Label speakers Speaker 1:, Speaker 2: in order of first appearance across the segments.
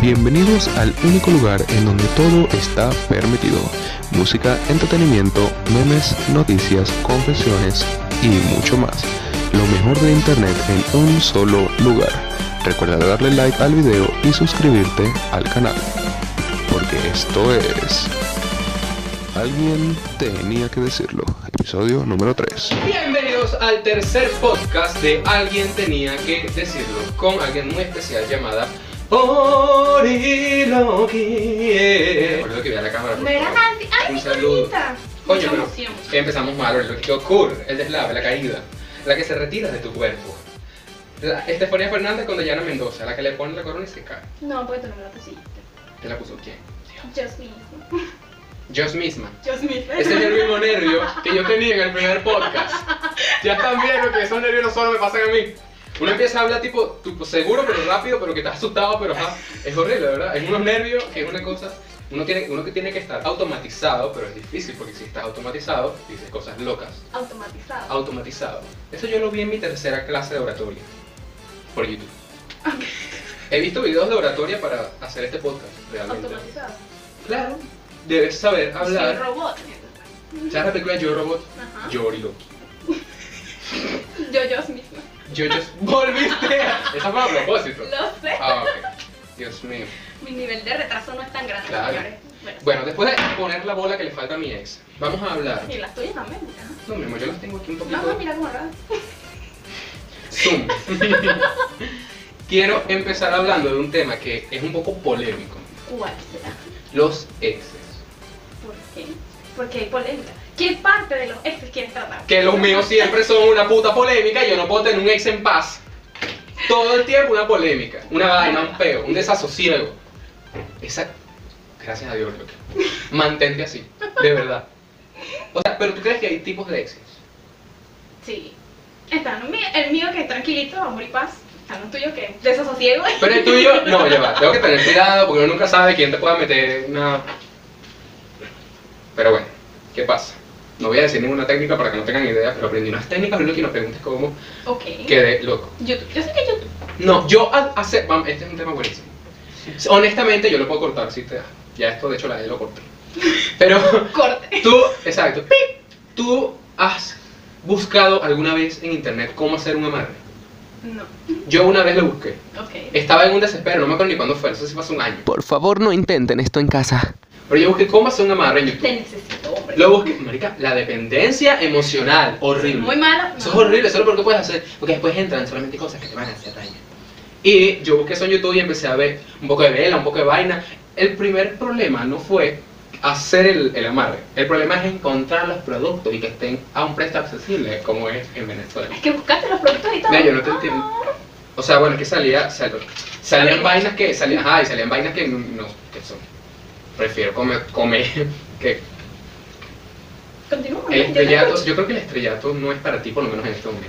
Speaker 1: Bienvenidos al único lugar en donde todo está permitido. Música, entretenimiento, memes, noticias, confesiones y mucho más. Lo mejor de internet en un solo lugar. Recuerda darle like al video y suscribirte al canal. Porque esto es... Alguien tenía que decirlo. Episodio número 3.
Speaker 2: Bienvenidos al tercer podcast de Alguien Tenía que Decirlo, con alguien muy especial llamada Ori Loki. Por eso que vea la cámara. por
Speaker 3: Verán,
Speaker 2: favor.
Speaker 3: Andy. ¡Ay,
Speaker 2: Un
Speaker 3: mi
Speaker 2: saludo.
Speaker 3: colita!
Speaker 2: Coño,
Speaker 3: Mucha
Speaker 2: pero
Speaker 3: emoción, mucha
Speaker 2: empezamos mal, Ori Loki. ¿Qué ocurre? El deslave, la caída, la que se retira de tu cuerpo. La Estefanía Fernández con Dayana Mendoza, la que le pone la corona y se cae.
Speaker 3: No, porque tú no me la pusiste.
Speaker 2: ¿Te la puso quién? Dios.
Speaker 3: Just me.
Speaker 2: Dios misma.
Speaker 3: Just me.
Speaker 2: Ese es el mismo nervio que yo tenía en el primer podcast. Ya están viendo que esos nervios no solo me pasan a mí. Uno empieza a hablar tipo, tipo seguro, pero rápido, pero que está asustado, pero ajá, es horrible, ¿verdad? Es unos nervios, que es una cosa, uno, tiene, uno que tiene que estar automatizado, pero es difícil porque si estás automatizado, dices cosas locas.
Speaker 3: Automatizado.
Speaker 2: Automatizado. Eso yo lo vi en mi tercera clase de oratoria, por YouTube. He visto videos de oratoria para hacer este podcast, realmente.
Speaker 3: Automatizado.
Speaker 2: Claro, debes saber
Speaker 3: Soy
Speaker 2: hablar.
Speaker 3: robot.
Speaker 2: ¿Sabes la película Yo Robot?
Speaker 3: Ajá.
Speaker 2: Yo Loki.
Speaker 3: Yo just me.
Speaker 2: Yo just volviste. Esa fue a propósito.
Speaker 3: Lo sé.
Speaker 2: Ah, ok. Dios mío.
Speaker 3: Mi nivel de retraso no es tan grande,
Speaker 2: Claro.
Speaker 3: señores. Bueno.
Speaker 2: Bueno, después de poner la bola que le falta a mi ex, vamos a hablar.
Speaker 3: Y las tuyas también, mira.
Speaker 2: No, mi amor, yo las tengo aquí un
Speaker 3: Vamos,
Speaker 2: poquito.
Speaker 3: mira cómo raro.
Speaker 2: Zoom. Quiero empezar hablando de un tema que es un poco polémico.
Speaker 3: ¿Cuál será?
Speaker 2: Los exes.
Speaker 3: ¿Por qué? Porque hay polémica. ¿Qué parte de los exes quieres tratar?
Speaker 2: Que los míos siempre son una puta polémica y yo no puedo tener un ex en paz. Todo el tiempo una polémica, una vaina, un peo, un desasosiego. Esa... Gracias a Dios, Loki. Mantente así, de verdad. O sea, pero tú crees que hay tipos de exes.
Speaker 3: Sí. Están los míos- el mío que es tranquilito, amor y paz. Están los tuyos que es desasosiego.
Speaker 2: Pero el tuyo, no, ya va, tengo que tener cuidado porque uno nunca sabe quién te pueda meter una... Pero bueno, ¿qué pasa? No voy a decir ninguna técnica para que no tengan idea, pero aprendí unas técnicas, Loki, no preguntes cómo
Speaker 3: Ok.
Speaker 2: quedé loco.
Speaker 3: YouTube. Yo sé que YouTube.
Speaker 2: No, yo a- hace. vam- Este es un tema buenísimo. Honestamente, yo lo puedo cortar si te da. Ya esto, de hecho, la de lo corté. Pero
Speaker 3: Corte.
Speaker 2: tú, exacto. ¡pip! Tú has buscado alguna vez en internet cómo hacer un amarre.
Speaker 3: No.
Speaker 2: Yo una vez lo busqué.
Speaker 3: Ok.
Speaker 2: Estaba en un desespero, no me acuerdo ni cuándo fue, no sé si fue hace un año.
Speaker 4: Por favor, no intenten esto en casa.
Speaker 2: Pero yo busqué cómo hacer un amarre en
Speaker 3: Te
Speaker 2: YouTube.
Speaker 3: necesito, hombre.
Speaker 2: Lo busqué, marica, la dependencia emocional, horrible.
Speaker 3: Muy malo.
Speaker 2: Eso es horrible, eso es lo peor que puedes hacer, porque después entran solamente cosas que te van a hacer daño. Y yo busqué eso en YouTube y empecé a ver un poco de vela, un poco de vaina. El primer problema no fue hacer el, el amarre, el problema es encontrar los productos y que estén a un precio accesible, como es en Venezuela.
Speaker 3: Es que buscaste los productos y todo. Ah,
Speaker 2: Mira, yo no te entiendo. O sea, bueno, es que salía, sal- salían vainas que, salían, ay, salían vainas que no, que son, prefiero comer, comer que
Speaker 3: Continúa.
Speaker 2: El
Speaker 3: yo te
Speaker 2: estrellato,
Speaker 3: escucho.
Speaker 2: yo creo que el estrellato no es para ti, por lo menos en este momento.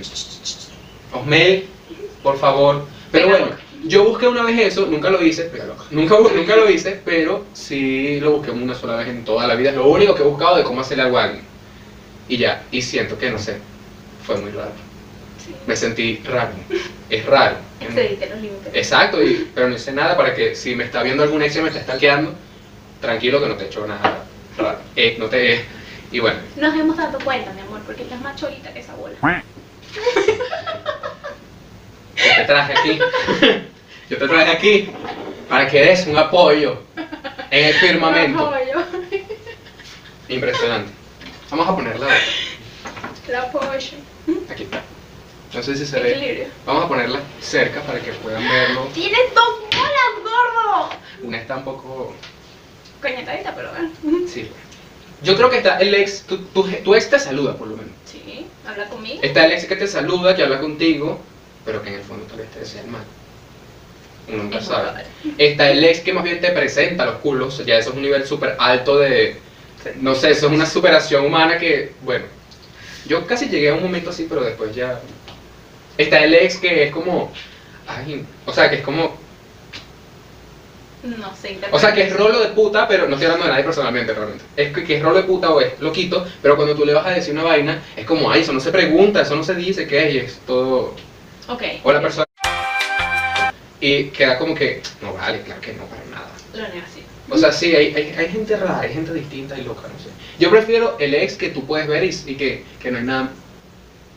Speaker 2: Osmel, por favor. Pero
Speaker 3: Pega
Speaker 2: bueno, yo busqué una vez eso, nunca lo hice, pega loca. nunca, bu- nunca lo hice, pero sí lo busqué una sola vez en toda la vida. Es lo único que he buscado de cómo hacerle algo a alguien. Y ya, y siento que no sé, fue muy raro.
Speaker 3: Sí.
Speaker 2: Me sentí raro, es raro.
Speaker 3: Excediste los límites.
Speaker 2: Exacto, y- pero no hice nada para que si me está viendo algún ex y me está stalkeando, tranquilo que no te he hecho nada raro. Eh, no te... Y bueno,
Speaker 3: Nos hemos dado cuenta, mi amor, porque estás más cholita que esa bola.
Speaker 2: Yo te traje aquí. Yo te traje aquí para que des un apoyo en el firmamento.
Speaker 3: La apoyo.
Speaker 2: Impresionante. Vamos a ponerla
Speaker 3: La apoyo.
Speaker 2: aquí está. No sé si se ve.
Speaker 3: Equilibrio.
Speaker 2: Vamos a ponerla cerca para que puedan verlo.
Speaker 3: ¡Tienes dos bolas, gordo!
Speaker 2: Una está un poco.
Speaker 3: Coñetadita, pero bueno.
Speaker 2: Sí. Yo creo que está el ex, tu, tu, tu ex te saluda por lo menos.
Speaker 3: Sí. Habla conmigo.
Speaker 2: Está el ex que te saluda, que habla contigo, pero que en el fondo tal vez te desea el mal. Uno nunca
Speaker 3: Es
Speaker 2: sabe.
Speaker 3: probable.
Speaker 2: Está el ex que más bien te presenta los culos, ya eso es un nivel súper alto de, no sé, eso es una superación humana que, bueno, yo casi llegué a un momento así, pero después ya... Está el ex que es como, ay, o sea, que es como,
Speaker 3: No sé.
Speaker 2: o sea, que es rolo de puta, pero no estoy hablando de nadie personalmente realmente. Es que, que es rolo de puta o es loquito, pero cuando tú le vas a decir una vaina, es como, ay, eso no se pregunta, eso no se dice, ¿qué es? Y es todo...
Speaker 3: Ok.
Speaker 2: O la persona... Y queda como que, no vale, claro que no, para nada.
Speaker 3: lo negocio.
Speaker 2: O sea, sí, hay, hay, hay gente rara, hay gente distinta y loca, no sé. Yo prefiero el ex que tú puedes ver y, y que, que no hay nada,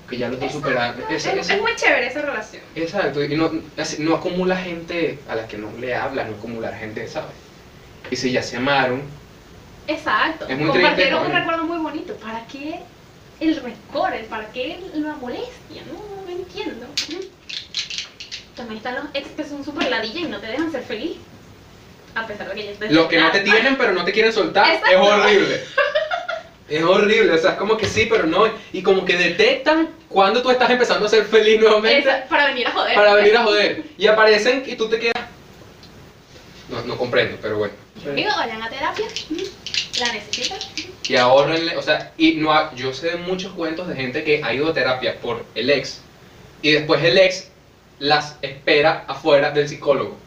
Speaker 2: que ya lo estoy superando.
Speaker 3: Es,
Speaker 2: Esa- esa-
Speaker 3: es muy chévere esa relación.
Speaker 2: Exacto, y no, así- no acumula gente a la que no le habla, no acumula gente, ¿sabes? Y si ya se amaron,
Speaker 3: Exacto.
Speaker 2: Es muy triste,
Speaker 3: Compartieron
Speaker 2: ¿no?
Speaker 3: un recuerdo muy bonito. ¿Para qué el rencor? El- ¿Para qué la molestia? No, no entiendo. También están los ex que son súper ladillas y no te dejan ser feliz. A pesar de que ya te
Speaker 2: los que no te tienen pero no te quieren soltar, es
Speaker 3: Exacto.
Speaker 2: horrible. Es horrible, o sea, es como que sí, pero no. Y como que detectan cuando tú estás empezando a ser feliz nuevamente
Speaker 3: Esa- para venir a joder.
Speaker 2: para venir a joder. Y aparecen y tú te quedas. No, no comprendo, pero bueno.
Speaker 3: Digo, vayan a terapia. La necesitan.
Speaker 2: Y ahorrenle, o sea, y no ha- yo sé de muchos cuentos de gente que ha ido a terapia por el ex y después el ex las espera afuera del psicólogo.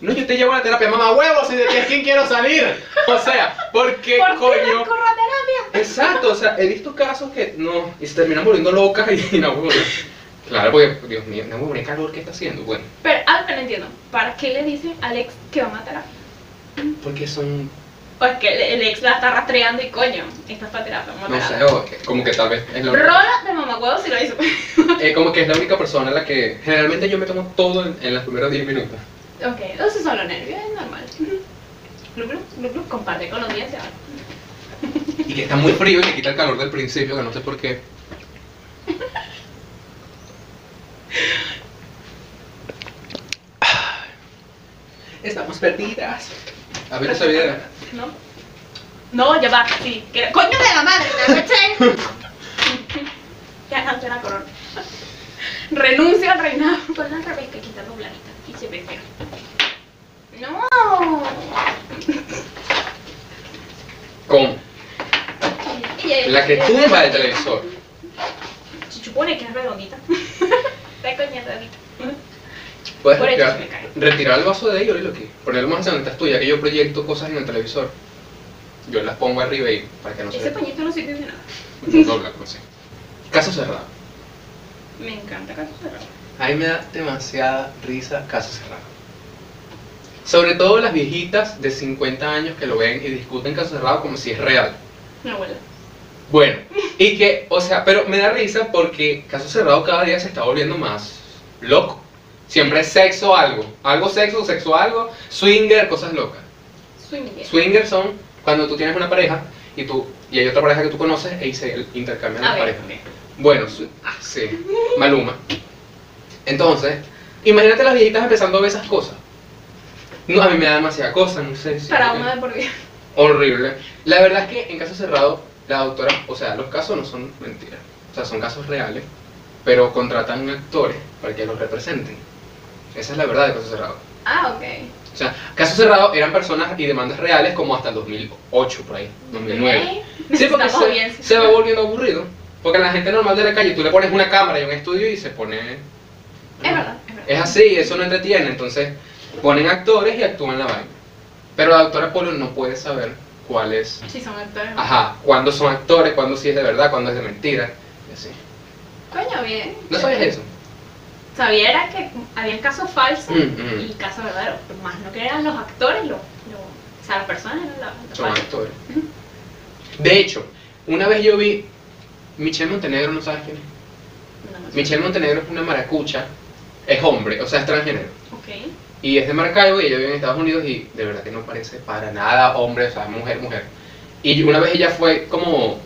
Speaker 2: No, yo te llevo a la terapia, mamá huevos, y de ti es quien quiero salir. O sea, ¿por qué
Speaker 3: ¿Por qué
Speaker 2: coño?
Speaker 3: no corro a terapia?
Speaker 2: Exacto, o sea, he visto casos que no, y se terminan volviendo locas y, no, bueno, claro, porque, Dios mío, no, bueno, el calor que está haciendo, bueno,
Speaker 3: Pero algo que no entiendo. ¿Para qué le dicen al ex que van a terapia?
Speaker 2: porque son
Speaker 3: Pues que el, el ex la está rastreando y coño, esta es para terapia, vamos a
Speaker 2: no
Speaker 3: terapia.
Speaker 2: sé, o que- como que tal vez es la única-
Speaker 3: Rola de mamagüevo si lo hizo.
Speaker 2: Eh, como que es la única persona a la que generalmente yo me tomo todo en, en los primeros 10 minutos.
Speaker 3: ok, entonces son los nervios, es normal. Glu, glu, glu, glu, comparte con los días, se van.
Speaker 2: Y que está muy frío y te quita el calor del principio, que no sé por qué. Estamos perdidas. A ver esa video.
Speaker 3: ¿No? No, ya va, sí. que- ¡Coño de la madre! ¡Te escuché! ya no, la corona. Renuncia al reinado. Con la Rebeca quitando blanita y se ve feo. ¡No!
Speaker 2: Con
Speaker 3: Y ella-
Speaker 2: la que tumba el televisor.
Speaker 3: Se supone que es redondita. Está coñada.
Speaker 2: Puedes
Speaker 3: Por eso
Speaker 2: retirar,
Speaker 3: se me cae.
Speaker 2: retirar el vaso de ellos y lo que. Ponerlo más hacia donde estás tú, ya que yo proyecto cosas en el televisor. Yo las pongo arriba y para que no se
Speaker 3: Ese
Speaker 2: vea.
Speaker 3: pañito no sirve de nada.
Speaker 2: No Pues dobla, no sé. Caso cerrado.
Speaker 3: Me encanta Caso Cerrado.
Speaker 2: A mí me da demasiada risa Caso Cerrado. Sobre todo las viejitas de 50 años que lo ven y discuten Caso Cerrado como si es real.
Speaker 3: Mi abuela.
Speaker 2: Bueno, y que, o sea, pero me da risa porque Caso Cerrado cada día se está volviendo más loco. Siempre es sexo algo. Algo sexo, sexo algo, swinger, cosas locas.
Speaker 3: Swinger.
Speaker 2: Swingers son cuando tú tienes una pareja y tú y hay otra pareja que tú conoces y se intercambian
Speaker 3: A
Speaker 2: las
Speaker 3: ver,
Speaker 2: parejas.
Speaker 3: ok.
Speaker 2: Bueno, su- ah, sí, Maluma. Entonces, imagínate las viejitas empezando a ver esas cosas. No, a mí me da demasiada cosa, no sé. si-
Speaker 3: Para una de por vida.
Speaker 2: Horrible. La verdad es que en caso cerrado, la doctora, o sea, los casos no son mentiras. O sea, son casos reales, pero contratan actores para que los representen. Esa es la verdad de caso cerrado.
Speaker 3: Ah, ok.
Speaker 2: O sea, caso cerrado eran personas y demandas reales como hasta el 2008, por ahí, 2009. Sí, porque
Speaker 3: Necesitamos
Speaker 2: se,
Speaker 3: audiencia.
Speaker 2: se va volviendo aburrido. Porque a la gente normal de la calle tú le pones una cámara y un estudio y se pone...
Speaker 3: Es verdad, es verdad.
Speaker 2: Es así, y eso no entretiene. Entonces ponen actores y actúan la vaina. Pero la doctora Polo no puede saber cuál es...
Speaker 3: Sí, son actores.
Speaker 2: Ajá, cuándo son actores, cuándo sí es de verdad, cuándo es de mentira. y así.
Speaker 3: Coño, bien.
Speaker 2: ¿No sabes eso?
Speaker 3: Sabía era que había casos falsos
Speaker 2: Mm, mm.
Speaker 3: y casos verdaderos. Pero más no que eran los actores, los, los- o sea, las personas eran las. las
Speaker 2: Son
Speaker 3: falsas.
Speaker 2: actores. De hecho, una vez yo vi... Michelle Montenegro, ¿no sabes quién es?
Speaker 3: No, no sé.
Speaker 2: Michelle Montenegro es una maracucha. Es hombre, o sea, es transgénero.
Speaker 3: Ok.
Speaker 2: Y es de Maracaibo y ella vive en Estados Unidos y de verdad que no parece para nada hombre, o sea, mujer, mujer. Y una vez ella fue como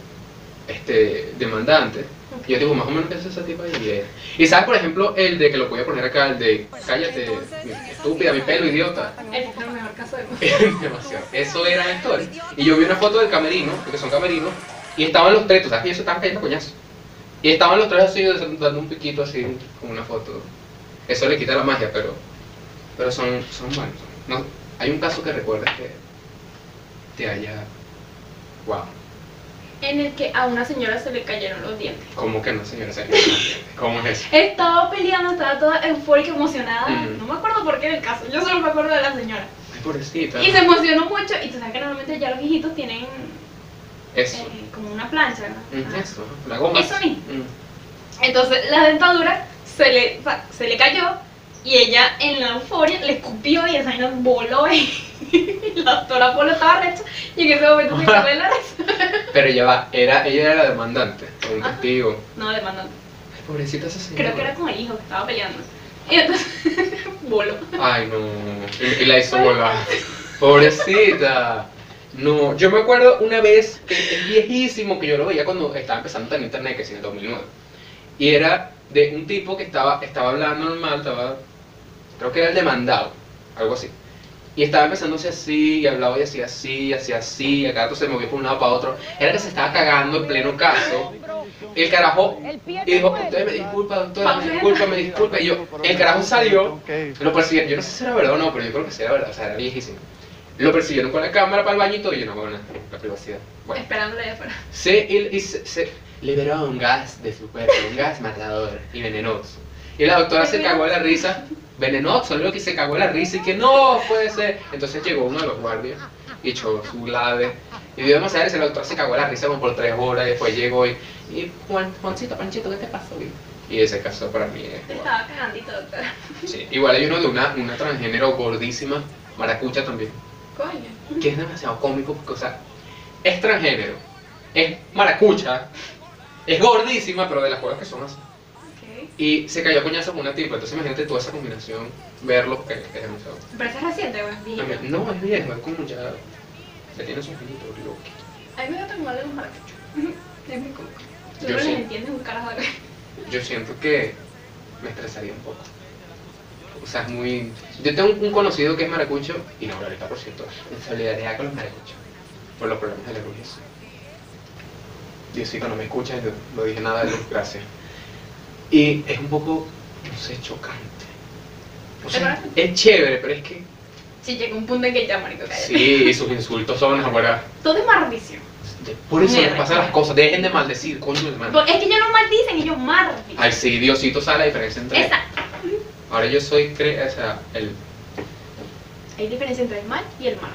Speaker 2: este demandante. Y yo digo, más o menos que es esa tipa y es. Y sabes, por ejemplo, el de que lo voy a poner acá, el de cállate, mi- estúpida, mi pelo, idiota.
Speaker 3: El, el mejor caso de.
Speaker 2: Demasiado. Eso era la historia. Y yo vi una foto del camerino, porque son camerinos, y estaban los tres, tú sabes que ellos se estaban cayendo a coñazo. Y estaban los tres así, dando un piquito así, con una foto. Eso le quita la magia, pero, pero son, son malos. No, hay un caso que recuerdas que te haya. Wow,
Speaker 3: En el que a una señora se le cayeron los dientes.
Speaker 2: ¿cómo que no, señora? Señora, no entiende. ¿Cómo es eso?
Speaker 3: Estaba peleando, estaba toda eufórica, emocionada.
Speaker 2: Mm.
Speaker 3: No me acuerdo por qué era el caso. Yo solo me acuerdo de la señora.
Speaker 2: Ay, pobrecita.
Speaker 3: Y se emocionó mucho. Y tú sabes que normalmente ya los viejitos tienen
Speaker 2: Eso.
Speaker 3: eh, como una plancha. ¿no?
Speaker 2: Mm,
Speaker 3: Ajá.
Speaker 2: Eso, la goma.
Speaker 3: Eso mismo.
Speaker 2: Mm.
Speaker 3: Entonces la dentadura se le, o sea, se le cayó Y ella en la euforia le escupió y esa vaina voló y la doctora Polo estaba recha y en ese momento se fue la reza.
Speaker 2: Pero ya va, era, ella era la demandante, o un
Speaker 3: Ajá.
Speaker 2: testigo.
Speaker 3: No, demandante.
Speaker 2: Ay, pobrecita esa señora.
Speaker 3: Creo que era con el hijo que estaba peleando. Y entonces voló.
Speaker 2: Ay, no. Y, y la hizo volar. Pobrecita. No, yo me acuerdo una vez, que es viejísimo, que yo lo veía cuando estaba empezando en internet, que es en el 2009. Y era de un tipo que estaba, estaba hablando normal, estaba, creo que era el demandado, algo así. Y estaba empezándose así, y hablaba y hacía así, y hacía así, y acá gato se movió por un lado para otro. Era que se estaba cagando en pleno caso. El carajo, y dijo, usted me disculpa, doctora, me disculpa, me disculpa. Y yo, el carajo salió, lo persiguieron, yo no sé si era verdad o no, pero yo creo que sí era verdad, o sea, era viejísimo. Lo persiguieron con la cámara para el bañito y yo no, bueno, la privacidad. Bueno,
Speaker 3: Esperándole allá afuera.
Speaker 2: se, y- y se, se liberó un gas de su cuerpo, un gas matador y venenoso. Y la doctora se cagó de la risa, venenoso, lo que se cagó de la risa y que no puede ser. Entonces llegó uno de los guardias y echó su lave. Y dio demasiada risa, la doctora se cagó de la risa como por tres horas y después llegó y, y Juan, Juancito, Panchito, ¿qué te pasó? Y ese caso para mí eh. es...
Speaker 3: Te estaba cagandito, doctora.
Speaker 2: Sí, igual hay uno de una, una transgénero gordísima, maracucha también,
Speaker 3: Coño.
Speaker 2: que es demasiado cómico porque, o sea, es transgénero, es maracucha, es gordísima, pero de las cosas que son así.
Speaker 3: Ok.
Speaker 2: Y se cayó a coñazos con una tipa, entonces imagínate toda esa combinación, verlo, es, es demasiado.
Speaker 3: Pero eso es reciente, güey.
Speaker 2: También-
Speaker 3: viejito.
Speaker 2: No, es viejo, es como ya. Ya tiene su finito, loco.
Speaker 3: A mí me gusta igual de los maracuchos. Es muy cool. Tú
Speaker 2: Yo
Speaker 3: no les
Speaker 2: sí.
Speaker 3: entiendes un carajo de
Speaker 2: Yo siento que me estresaría un poco. O sea, es muy. Yo tengo un conocido que es maracucho, y no, ahorita por cierto, en solidaridad con los maracuchos, por los problemas de la luz. Diosito, no me escuchas, yo no dije nada de luz, gracias. Y es un poco, no sé, chocante. O sea, es chévere, pero es que.
Speaker 3: Si llega un punto en que ya, marico, cállate.
Speaker 2: Sí, y sus insultos son ahora.
Speaker 3: Todo es maldición.
Speaker 2: Por eso les pasan las cosas, dejen de maldecir, coño, hermano.
Speaker 3: Porque es que ellos no maldicen, ellos maldicen.
Speaker 2: Ay, sí, Diosito sabe la diferencia entre.
Speaker 3: Exacto.
Speaker 2: Ahora yo soy, cre- o sea, el
Speaker 3: Hay diferencia entre el mal y el mal.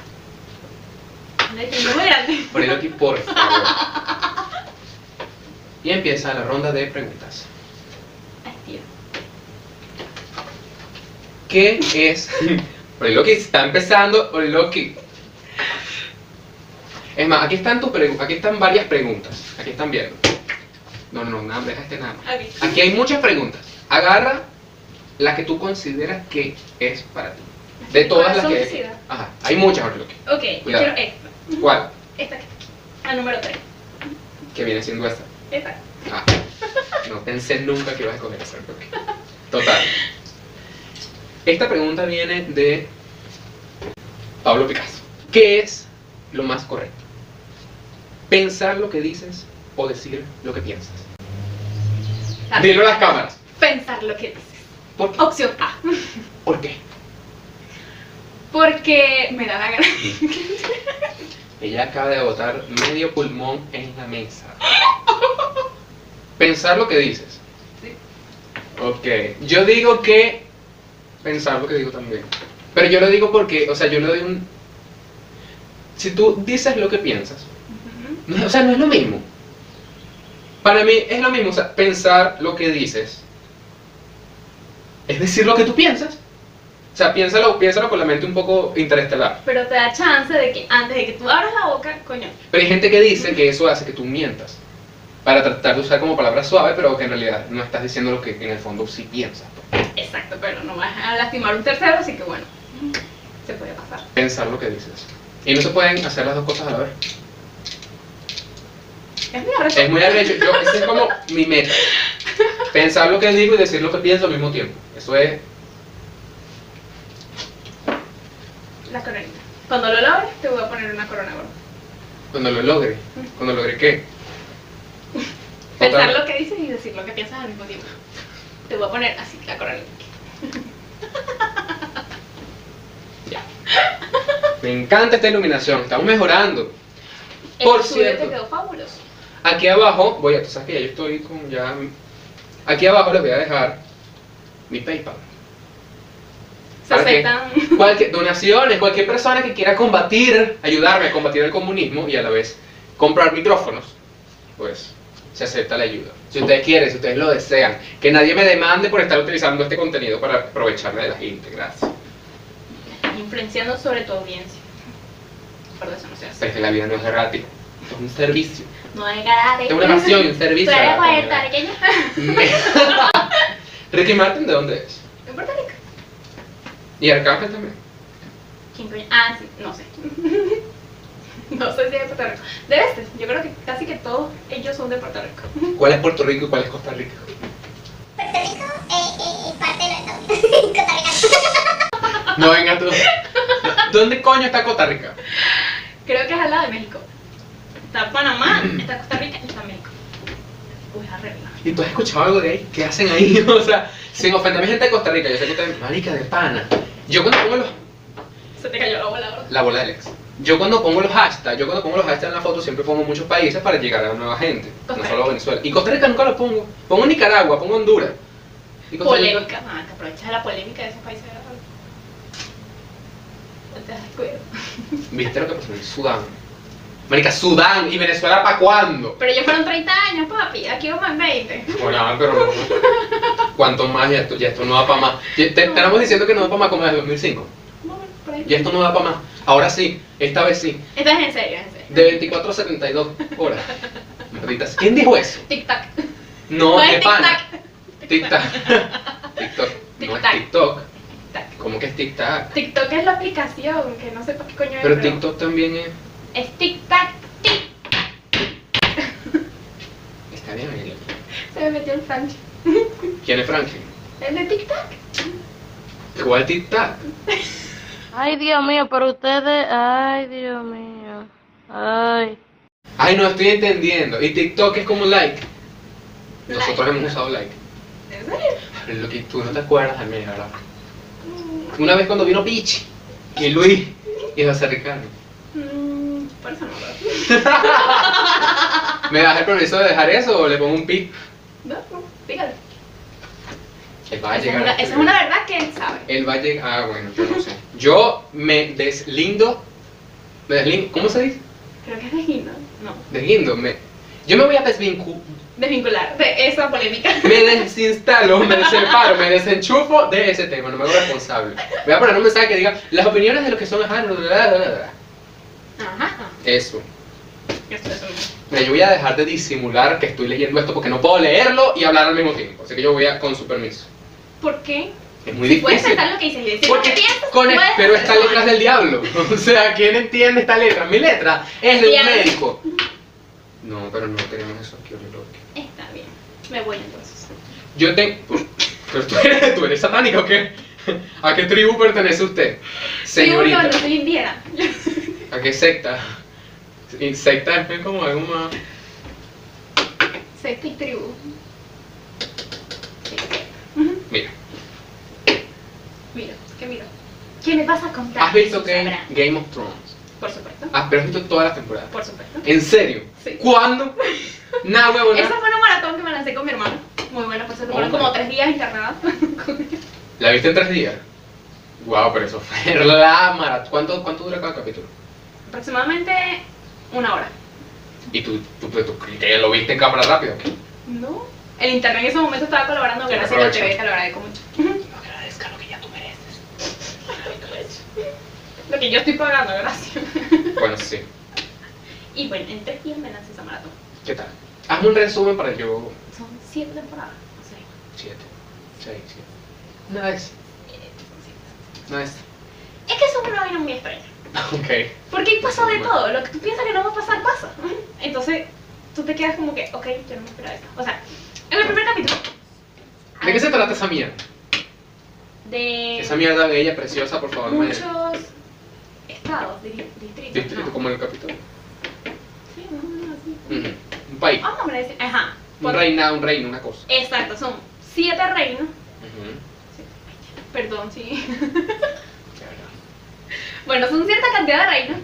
Speaker 3: Una diferencia muy grande.
Speaker 2: Ponelo aquí, por favor. Y empieza la ronda de preguntas.
Speaker 3: Ay, tío.
Speaker 2: ¿Qué es? Ponelo aquí, está empezando. Ponelo aquí. Es más, aquí están, tus pregu- aquí están varias preguntas. Aquí están viendo. No, no, no, nada, deja este nada más.
Speaker 3: Ok.
Speaker 2: Aquí hay muchas preguntas. Agarra la que tú consideras que es para ti. De todas las
Speaker 3: Corazón
Speaker 2: que.
Speaker 3: suicida.
Speaker 2: Ajá, hay muchas, ponelo aquí.
Speaker 3: Ok,
Speaker 2: Cuidado.
Speaker 3: quiero esta.
Speaker 2: ¿Cuál?
Speaker 3: Esta que está aquí. La número 3.
Speaker 2: Que viene siendo esta.
Speaker 3: Esta.
Speaker 2: Ah, no pensé nunca que ibas a escoger esa. ok. Total. Esta pregunta viene de Pablo Picasso. ¿Qué es lo más correcto? ¿Pensar lo que dices o decir lo que piensas?
Speaker 3: La-
Speaker 2: Dilo a las cámaras.
Speaker 3: Pensar lo que dices.
Speaker 2: ¿Por qué?
Speaker 3: Opción A.
Speaker 2: ¿Por qué?
Speaker 3: Porque me da la gana.
Speaker 2: Ella acaba de botar medio pulmón en la mesa. Pensar lo que dices.
Speaker 3: Sí.
Speaker 2: Ok. Yo digo que. Pensar lo que digo también. Pero yo lo digo porque, o sea, yo le doy un. Si tú dices lo que piensas,
Speaker 3: Ujú.
Speaker 2: no- o sea, no es lo mismo. Para mí es lo mismo, o sea, pensar lo que dices es decir lo que tú piensas. O sea, piénsalo, piénsalo con la mente un poco interestelar.
Speaker 3: Pero te da chance de que antes de que tú abras la boca, coño,
Speaker 2: Pero hay gente que dice que eso hace que tú mientas. Para tratar de usar como palabra suave, pero que en realidad no estás diciendo lo que en el fondo sí piensas. pues,
Speaker 3: Exacto, pero no vas a lastimar un tercero, así que bueno, se puede pasar.
Speaker 2: Pensar lo que dices. Y no se pueden hacer las dos cosas a la vez.
Speaker 3: Es muy arrecho.
Speaker 2: Es muy arrecho. Yo, ese es como mi meta. Pensar lo que digo y decir lo que pienso al mismo tiempo. Eso es.
Speaker 3: La coronita. Cuando lo logres, te voy a poner una corona gorda.
Speaker 2: Cuando lo logre. Cuando logre qué.
Speaker 3: Pensar
Speaker 2: Otra-
Speaker 3: lo que dices y decir lo que piensas al mismo tiempo. Te voy a poner así la coronita.
Speaker 2: Ya. Me encanta esta iluminación. Estamos mejorando. Por
Speaker 3: el estudio
Speaker 2: cierto.
Speaker 3: te quedó fabuloso.
Speaker 2: Aquí abajo, voy a, tú sabes que ya yo estoy con ya. Aquí abajo les voy a dejar mi PayPal.
Speaker 3: Se
Speaker 2: ¿Para qué?
Speaker 3: aceptan.
Speaker 2: Cualquier, donaciones, cualquier persona que quiera combatir, ayudarme a combatir el comunismo y a la vez comprar micrófonos, pues se acepta la ayuda. Si ustedes quieren, si ustedes lo desean, que nadie me demande por estar utilizando este contenido para aprovecharme de la gente. Gracias.
Speaker 3: Influenciando sobre tu audiencia. Por eso no se hace.
Speaker 2: Pero es que la vida no es gratis, es un servicio.
Speaker 3: No hay garate.
Speaker 2: Es una pasión, un
Speaker 3: Tú
Speaker 2: servicio. a
Speaker 3: eres
Speaker 2: la
Speaker 3: poeta,
Speaker 2: comunidad.
Speaker 3: pequeño.
Speaker 2: Ricky Martin, ¿de dónde es?
Speaker 3: En Puerto Rico.
Speaker 2: Y Arcángel también.
Speaker 3: ¿Quién coño? Ah, sí, no sé. no sé si es de Puerto Rico. Debe ser. Yo creo que casi que todos ellos son de Puerto Rico.
Speaker 2: ¿Cuál es Puerto Rico y cuál es Costa Rica?
Speaker 5: Puerto Rico eh, eh, parte de los Estados Unidos. Costa Rica.
Speaker 2: No, venga tú. ¿Dónde coño está Costa Rica?
Speaker 3: Creo que es al lado de México. Está Panamá, está Costa Rica y está México. Uy, arregla.
Speaker 2: ¿Y tú has escuchado algo de ahí? ¿Qué hacen ahí? O sea, sin ofenderme gente de Costa Rica, yo sé que ustedes, marica de pana. Yo cuando pongo los,
Speaker 3: Se te cayó la bola, ¿verdad?
Speaker 2: la bola del ex, yo cuando pongo los hashtags, yo cuando pongo los hashtags en la foto siempre pongo muchos países para llegar a nueva gente,
Speaker 3: Costa
Speaker 2: no
Speaker 3: Rica.
Speaker 2: solo Venezuela. Y Costa Rica nunca los pongo, pongo Nicaragua, pongo Honduras. Y Costa Rica-
Speaker 3: Polémica, man, que aprovechas de la polémica de esos países, ¿verdad? No te das cuidado.
Speaker 2: ¿Viste lo que pasó en Sudán? Marica, Sudán y Venezuela, ¿para cuándo?
Speaker 3: Pero ya fueron 30 años, papi. Aquí vamos en 20.
Speaker 2: Bueno, ah, pero no. ¿Cuánto más? Ya esto, ya esto no va para más. Ya Te, te estamos diciendo que no va para más como desde 2005.
Speaker 3: Vamos por ahí.
Speaker 2: Y esto no da para más. Ahora sí, esta vez sí.
Speaker 3: Esta es en serio, en serio.
Speaker 2: De 24 a 72 horas. Malditas. ¿Quién dijo eso?
Speaker 3: Tic-tac.
Speaker 2: No,
Speaker 3: No
Speaker 2: de
Speaker 3: es
Speaker 2: pana.
Speaker 3: tic-tac.
Speaker 2: Tic-tac. TikTok. No es
Speaker 3: Tic-tac.
Speaker 2: TikTok.
Speaker 3: Tac.
Speaker 2: ¿Cómo que es tic-tac?
Speaker 3: TikTok es la aplicación, que no sé para qué coño es.
Speaker 2: Pero TikTok también es.
Speaker 3: Es tic-tac. tic.
Speaker 2: Está bien, Ariel.
Speaker 3: Se me metió el Franchi.
Speaker 2: ¿Quién es Franklin?
Speaker 3: El de tic-tac.
Speaker 2: ¿Cuál tic-tac?
Speaker 6: Ay, Dios mío, pero ustedes, ay, Dios mío, ay.
Speaker 2: Ay, no estoy entendiendo. Y TikTok es como like. Nosotros
Speaker 3: Like.
Speaker 2: hemos usado like.
Speaker 3: ¿En serio?
Speaker 2: Pero lo que tú no te acuerdas de mí, ¿verdad? Una vez cuando vino Peach y Luis y José Ricardo.
Speaker 3: Mm, por eso no lo hago.
Speaker 2: ¿Me das el permiso de dejar eso o le pongo un pi?
Speaker 3: No, no, dígalo.
Speaker 2: Él va a
Speaker 3: Esa es
Speaker 2: llegar.
Speaker 3: una-
Speaker 2: a-
Speaker 3: esa es una verdad que él sabe.
Speaker 2: Él va a llegar. Ah, bueno, yo no sé. Yo me deslindo. Me deslindo. ¿Cómo se dice?
Speaker 3: Creo que es de Gino. No.
Speaker 2: Deslindo. Me... Yo me voy a desvincular.
Speaker 3: Desvincular de esa polémica.
Speaker 2: Me desinstalo, me separo, me desenchufo de ese tema. No me hago responsable. Voy a poner un mensaje que diga las opiniones de los que son. Ah, no, bla, bla, bla, bla".
Speaker 3: Ajá.
Speaker 2: Eso.
Speaker 3: Esto es un-
Speaker 2: Mira, yo voy a dejar de disimular que estoy leyendo esto porque no puedo leerlo y hablar al mismo tiempo. Así que yo voy a, con su permiso.
Speaker 3: ¿Por qué?
Speaker 2: Es muy
Speaker 3: Puedes
Speaker 2: difícil.
Speaker 3: pensar lo que dices y decir lo que
Speaker 2: Porque
Speaker 3: piensas.
Speaker 2: con
Speaker 3: puedes-
Speaker 2: pero esta letra es del diablo. O sea, ¿quién entiende esta letra? Mi letra es de un
Speaker 3: Diablo.
Speaker 2: médico. No, pero no tenemos eso aquí, horrible.
Speaker 3: Está bien. Me voy entonces.
Speaker 2: Yo tengo. Pero tú eres, tú eres satánica o qué? ¿A qué tribu pertenece usted?
Speaker 3: Sí,
Speaker 2: Señorita.
Speaker 3: bueno, soy indiana.
Speaker 2: ¿A qué secta? Insecta es como algo más.
Speaker 3: Secta y tribu. Sí.
Speaker 2: Mira,
Speaker 3: Miro, ¿qué miro? ¿Qué me vas a contar?
Speaker 2: ¿has visto Game,
Speaker 3: Sabrá.
Speaker 2: Game of Thrones?
Speaker 3: Por supuesto.
Speaker 2: Ah, pero has visto todas las temporadas.
Speaker 3: Por supuesto.
Speaker 2: ¿En serio?
Speaker 3: Sí.
Speaker 2: ¿Cuándo? Nah, huevona.
Speaker 3: Esa fue una maratón que me lancé con mi hermano. Muy buena, por cierto.
Speaker 2: Oh,
Speaker 3: Fueron
Speaker 2: my.
Speaker 3: como tres días internada.
Speaker 2: ¿La viste en tres días? Wow, pero eso fue la maratón. ¿Cuánto, ¿Cuánto dura cada capítulo?
Speaker 3: Aproximadamente una hora.
Speaker 2: ¿Y tú, tú, pues, tú, tú que lo viste en cámara rápido?
Speaker 3: No. El internet en ese momento estaba colaborando.
Speaker 2: Te
Speaker 3: Gracias a la
Speaker 2: aprovecho.
Speaker 3: TV, te lo agradezco mucho.
Speaker 2: No agradezca lo que ya tú mereces.
Speaker 3: Lo que yo estoy pagando, gracias.
Speaker 2: Bueno, sí.
Speaker 3: Y bueno, en tres días me lancé esa maratón.
Speaker 2: ¿Qué tal? Hazme un resumen para yo.
Speaker 3: Son siete temporadas. No sé.
Speaker 2: Siete. Seis, siete. Una vez.
Speaker 3: Eh, son siete.
Speaker 2: Una vez.
Speaker 3: Es que eso es una vaina muy extraña.
Speaker 2: Ok.
Speaker 3: Porque ahí pasa de todo, lo que tú piensas que no va a pasar, pasa. Entonces, tú te quedas como que, ok, yo no me esperaba esto. O sea, en el primer capítulo.
Speaker 2: ¿De qué se trata esa mierda?
Speaker 3: De
Speaker 2: Esa mierda bella, preciosa, por favor, me.
Speaker 3: muchos estados, di- distritos.
Speaker 2: Distrito,
Speaker 3: no.
Speaker 2: como en el Capitolio.
Speaker 3: Sí, no, no, sí.
Speaker 2: Ujú. Un país.
Speaker 3: Vamos a decir, ajá.
Speaker 2: Un
Speaker 3: Ah, por-
Speaker 2: reinado, un reino, una cosa.
Speaker 3: Exacto, son siete reinos.
Speaker 2: Ujú.
Speaker 3: Perdón, sí.
Speaker 2: Ya verás.
Speaker 3: Bueno, son cierta cantidad de reinos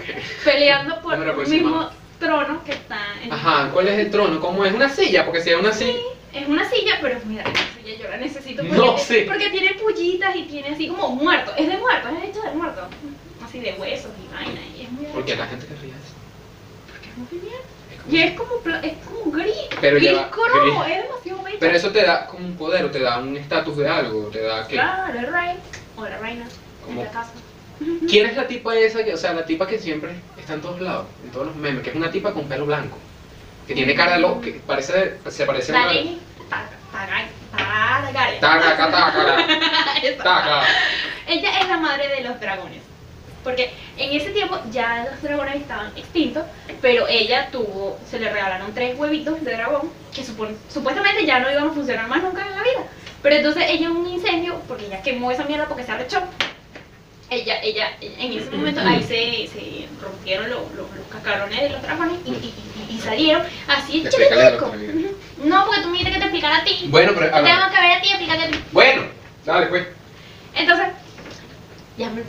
Speaker 3: peleando por
Speaker 2: Número
Speaker 3: un
Speaker 2: aproximado.
Speaker 3: mismo trono que está en.
Speaker 2: Ajá, ¿cuál es el trono? ¿Cómo es? ¿Una silla? Porque si es una silla.
Speaker 3: Es una silla, pero mira, esa silla yo la necesito porque,
Speaker 2: No
Speaker 3: ti-
Speaker 2: sé.
Speaker 3: porque tiene pullitas y tiene así como muerto. Es de muerto, es hecho de muerto. Así de huesos y vaina. Y es muy
Speaker 2: Porque la gente que ríe es-
Speaker 3: porque es muy bien.
Speaker 2: es como-
Speaker 3: Y es como, pla- es como gris,
Speaker 2: Pero ya va,
Speaker 3: Gris cromo,
Speaker 2: gris.
Speaker 3: es demasiado bello.
Speaker 2: Pero eso te da como un poder, o te da un estatus de algo, te da que...
Speaker 3: Claro, el rey. O la reina.
Speaker 2: Como-
Speaker 3: En este la casa.
Speaker 2: ¿Quién es la tipa esa? Que, o sea, la tipa que siempre está en todos lados, en todos los memes, que es una tipa con pelo blanco, que tiene cara de loco, que parece, se parece a
Speaker 3: La
Speaker 2: una...
Speaker 3: ley. Targaryen.
Speaker 2: Taca, taca,
Speaker 3: Esa.
Speaker 2: taca.
Speaker 3: Ella es la madre de los dragones. Porque en ese tiempo ya los dragones estaban extintos, pero ella tuvo, se le regalaron tres huevitos de dragón que supon- supuestamente ya no iban a funcionar más nunca en la vida. Pero entonces ella en un incendio, porque ella quemó esa mierda porque se arrechó, ella, ella, en ese momento ahí se, se rompieron los, los, los cascarones de los dragones y, y- y- y salieron así
Speaker 2: Explícale a la
Speaker 3: chiquitico.
Speaker 2: otra, bien.
Speaker 3: No, porque tú me dijiste que te explicara a ti.
Speaker 2: Bueno, pero...
Speaker 3: Te
Speaker 2: ah,
Speaker 3: tengo
Speaker 2: no.
Speaker 3: que ver a ti, explícate a ti.
Speaker 2: Bueno, dale pues.
Speaker 3: Entonces, ya me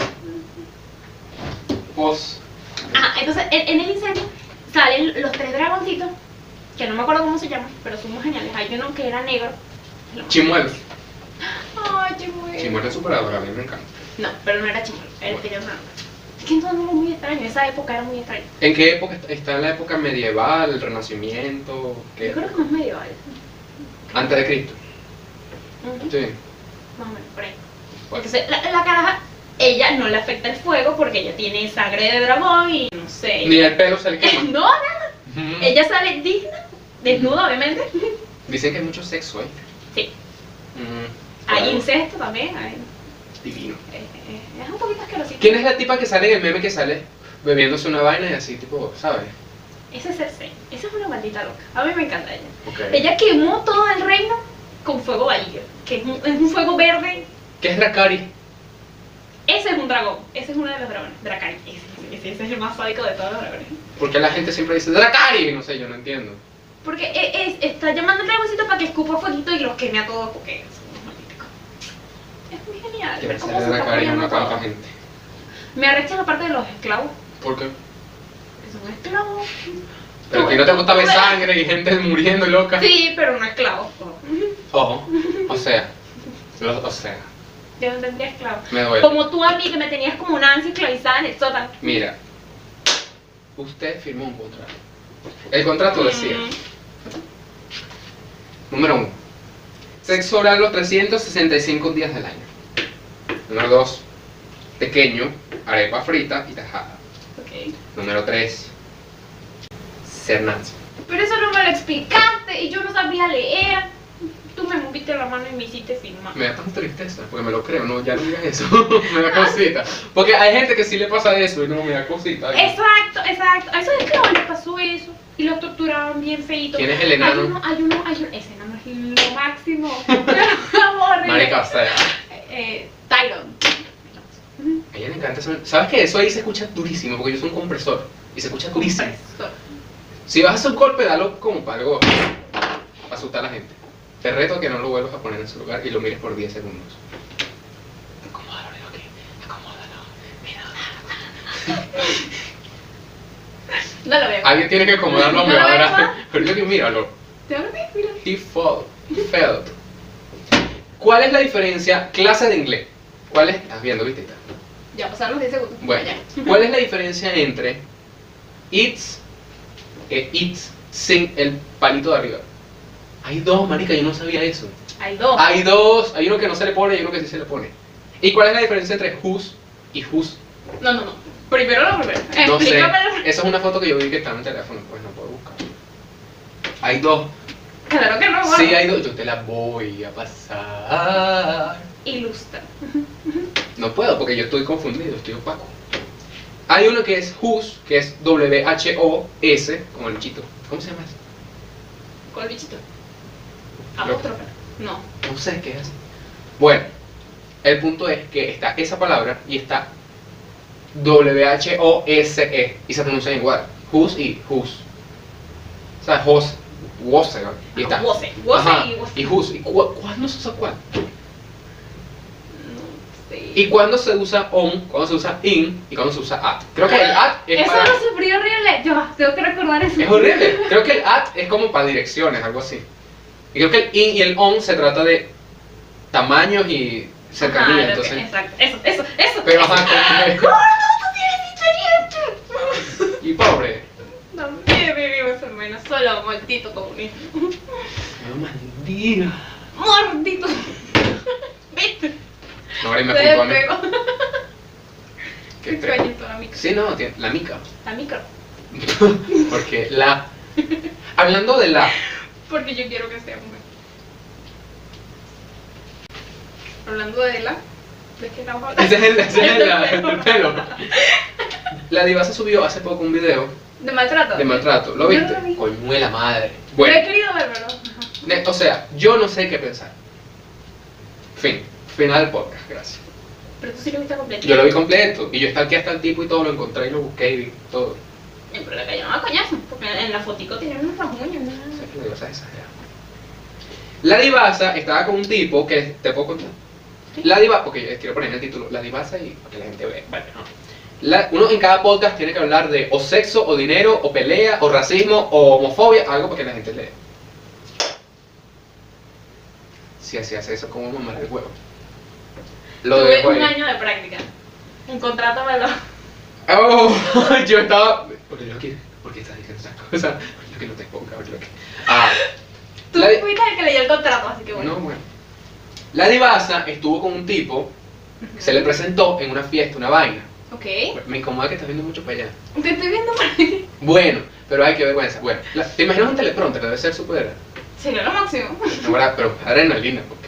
Speaker 2: Pos.
Speaker 3: Ah, entonces en, en el incendio salen los tres dragoncitos, que no me acuerdo cómo se llaman, pero son muy geniales. Hay uno que era negro.
Speaker 2: Chimuelo.
Speaker 3: Ay, chimuelo.
Speaker 2: Chimuelo es superador, a mí me encanta.
Speaker 3: No, pero no era chimuelo, era tenía una- Es que entonces era muy extraño, esa época era muy extraña.
Speaker 2: ¿En qué época está- está la época medieval, el renacimiento? ¿Qué?
Speaker 3: Yo creo que más medieval.
Speaker 2: Antes de Cristo.
Speaker 3: Ujú,
Speaker 2: Sí.
Speaker 3: Más o menos, por ahí. Entonces la, la caraja, ella no le afecta el fuego porque ella tiene sangre de dragón y no sé.
Speaker 2: Ni el pelo se le quema.
Speaker 3: no, nada.
Speaker 2: Ujú.
Speaker 3: Ella sale digna, desnuda obviamente.
Speaker 2: Dicen que hay mucho sexo ahí.
Speaker 3: Sí.
Speaker 2: Mm,
Speaker 3: Hay
Speaker 2: claro.
Speaker 3: incesto también. hay-
Speaker 2: Divino.
Speaker 3: Eh, eh, es un poquito asquerosito.
Speaker 2: ¿Quién es la tipa que sale en el meme que sale bebiéndose una vaina y así, tipo, ¿sabes?
Speaker 3: Esa es Cersei. Esa es una maldita loca. A mí me encanta ella.
Speaker 2: Ok.
Speaker 3: Ella quemó todo el reino con fuego valirio, que es un, es un fuego verde.
Speaker 2: ¿Qué es Dracari?
Speaker 3: Ese es un dragón. Ese es uno de los dragones. Dracari. Ese, ese, ese, ese es el más sádico de todos los dragones.
Speaker 2: Porque la gente siempre dice Dracari. No sé, yo no entiendo.
Speaker 3: Porque e- es- está llamando al dragoncito para que escupa fueguito y los queme a todos porque son unos malditos. Es muy genial.
Speaker 2: Que
Speaker 3: ver
Speaker 2: me
Speaker 3: cómo
Speaker 2: sale
Speaker 3: se está
Speaker 2: Dracari en una
Speaker 3: peleando todo.
Speaker 2: tanta gente.
Speaker 3: Me arrecha la parte de los esclavos,
Speaker 2: ¿Por qué?
Speaker 3: que son esclavos.
Speaker 2: Pero
Speaker 3: Tú-
Speaker 2: que no te gusta
Speaker 3: tú
Speaker 2: ver
Speaker 3: verás.
Speaker 2: sangre y gente muriendo loca.
Speaker 3: Sí, pero no esclavos.
Speaker 2: Ojo. O sea. lo- o sea.
Speaker 3: Yo no tendría esclavos.
Speaker 2: Me duele.
Speaker 3: Como tú a mí, que me tenías como una ansia esclavizada en el sótano.
Speaker 2: Mira. Usted firmó un contrato. El contrato decía.
Speaker 3: Mm,
Speaker 2: Número 1. Sexo oral los 365 días del año. Número 2. Pequeño, arepa frita y tajada.
Speaker 3: ok.
Speaker 2: Número 3. Ser nazi.
Speaker 3: Pero eso no me lo explicaste y yo no sabía leer. Tú me moviste la mano y me hiciste firmar.
Speaker 2: Me da tan tristeza, porque me lo creo, no, ya no digas eso. me da cosita. Porque hay gente que sí le pasa eso y no me da cosita.
Speaker 3: Exacto, exacto. A esos esclavos les pasó eso. Y los torturaban bien feito.
Speaker 2: ¿Quién es el
Speaker 3: Hay
Speaker 2: enano?
Speaker 3: uno, hay uno, hay uno. Ese enano es lo máximo. Amor,
Speaker 2: Marica, o sea,
Speaker 3: Eh, Tyron.
Speaker 2: a ella le encanta eso. ¿Sabes qué? Eso ahí se escucha durísimo, porque yo soy un compresor. Y se escucha durísimo.
Speaker 3: Compresor.
Speaker 2: Si vas a hacer un golpe, dalo como para algo para asustar a la gente. Te reto a que no lo vuelvas a poner en su lugar y lo mires por 10 segundos. Acomódalo, aquí. Acomódalo. Mira.
Speaker 3: No lo veo.
Speaker 2: Alguien tiene que acomodarlo a mi
Speaker 3: No,
Speaker 2: ahora.
Speaker 3: ¿verdad?
Speaker 2: Pero yo que míralo.
Speaker 3: ¿Te lo ves? Mira.
Speaker 2: He felt. He felt. ¿Cuál es la diferencia? Clase de inglés. ¿Cuál es? Estás viendo, viste. Está.
Speaker 3: Ya pasaron los 10 segundos.
Speaker 2: Bueno,
Speaker 3: Ya.
Speaker 2: ¿cuál es la diferencia entre it's e it's sin el palito de arriba? Hay dos, marica, yo no sabía eso.
Speaker 3: Hay dos.
Speaker 2: Hay dos, hay uno que no se le pone y uno que sí se le pone. ¿Y cuál es la diferencia entre who's y who's?
Speaker 3: No, no, no. Primero lo primero.
Speaker 2: No sé.
Speaker 3: Explícamelo.
Speaker 2: Esa es una foto que yo vi que estaba en el teléfono, pues no puedo buscar. Hay dos.
Speaker 3: Claro que no, bueno.
Speaker 2: Sí, hay dos. Yo te la voy a pasar.
Speaker 3: Ilustra.
Speaker 2: No puedo porque yo estoy confundido, estoy opaco. Hay uno que es who's, que es W-H-O-S, como el chito. ¿Cómo se llama eso?
Speaker 3: ¿Cuál bichito? Apóstrofe. No.
Speaker 2: No sé qué es. Bueno, el punto es que está esa palabra y está W-H-O-S-E E y se pronuncian igual. Who's y who's. O sea, who's, wose, ¿no? Y está.
Speaker 3: Wose. Wose
Speaker 2: Ajá,
Speaker 3: y wose.
Speaker 2: y who's. ¿Y cua- cuándo se usa cuál?
Speaker 3: No sé.
Speaker 2: ¿Y cuándo se usa on? ¿Cuándo se usa in? ¿Y cuándo se usa at? Creo que el at es
Speaker 3: Eso
Speaker 2: para...
Speaker 3: lo sufrí horrible. Yo tengo que recordar eso.
Speaker 2: Es horrible. Creo que el at es como para direcciones, algo así. Y creo que el in y el on se trata de tamaños y
Speaker 3: Ajá,
Speaker 2: cercanía,
Speaker 3: lo que-
Speaker 2: entonces...
Speaker 3: Ah, Exacto. Eso, eso, eso.
Speaker 2: Pero ajá,
Speaker 3: ¡Gordo, tú tienes diferente!
Speaker 2: Y pobre.
Speaker 3: No, me vivo enfermera. Solo maldito comunismo.
Speaker 2: No, maldita.
Speaker 3: Mordito. ¿Viste?
Speaker 2: Ahora y me
Speaker 3: Se
Speaker 2: apuntó a mí.
Speaker 3: despegó.
Speaker 2: Qué
Speaker 3: Qué
Speaker 2: tremendo.
Speaker 3: coño, la micro.
Speaker 2: Sí, no, tiene- la mica.
Speaker 3: La micro.
Speaker 2: Porque la. Hablando de la.
Speaker 3: Porque yo quiero que sea mujer. Hablando de la. ¿De qué estamos hablando?
Speaker 2: Ese es el, ese es el- la- el pelo. La divasa subió hace poco un video
Speaker 3: ¿De maltrato?
Speaker 2: de maltrato. ¿Lo
Speaker 3: Yo no
Speaker 2: viste?
Speaker 3: lo vi.
Speaker 2: Coñuela madre.
Speaker 3: Bueno. Lo he
Speaker 2: Bueno,
Speaker 3: querido ver, pero.
Speaker 2: ne- o sea, yo no sé qué pensar. Fin. Final del podcast, gracias.
Speaker 3: Pero tú sí lo viste completo.
Speaker 2: Yo lo vi completo. Y yo aquí hasta el tipo y todo, lo encontré y lo busqué y vi todo.
Speaker 3: Eh, Pero le cayeron a coñazo. Porque en la fotico tienen unos rasguños.
Speaker 2: O
Speaker 3: ¿no?
Speaker 2: sea, que La divasa es exagerada. La divasa estaba con un tipo que te puedo contar.
Speaker 3: Sí.
Speaker 2: La divasa, porque yo quiero poner en el título, la divasa y para que la gente vea. Bueno, no. La- uno en cada podcast tiene que hablar de o sexo, o dinero, o pelea, o racismo, o homofobia, algo para que la gente lea. Si así hace eso, ¿cómo mamar el huevo? Lo
Speaker 3: Tuve
Speaker 2: dejo
Speaker 3: un
Speaker 2: ahí.
Speaker 3: año de práctica. Un contrato me lo.
Speaker 2: Oh, yo estaba. Porque yo aquí, porque estás diciendo esas cosas, yo que no te exponga, yo que. Ah.
Speaker 3: Tú
Speaker 2: La-
Speaker 3: fuiste el que leyó el contrato, así que bueno.
Speaker 2: No, bueno. La divasa estuvo con un tipo que se le presentó en una fiesta, una vaina.
Speaker 3: Ok.
Speaker 2: Me incomoda que estás viendo mucho para allá.
Speaker 3: Te estoy viendo para aquí.
Speaker 2: Bueno, pero hay que vergüenza. Bueno, la- ¿te imaginas un teleprompter? Debe ser súper.
Speaker 3: Sería lo máximo.
Speaker 2: Ahora, pero adrenalina, porque.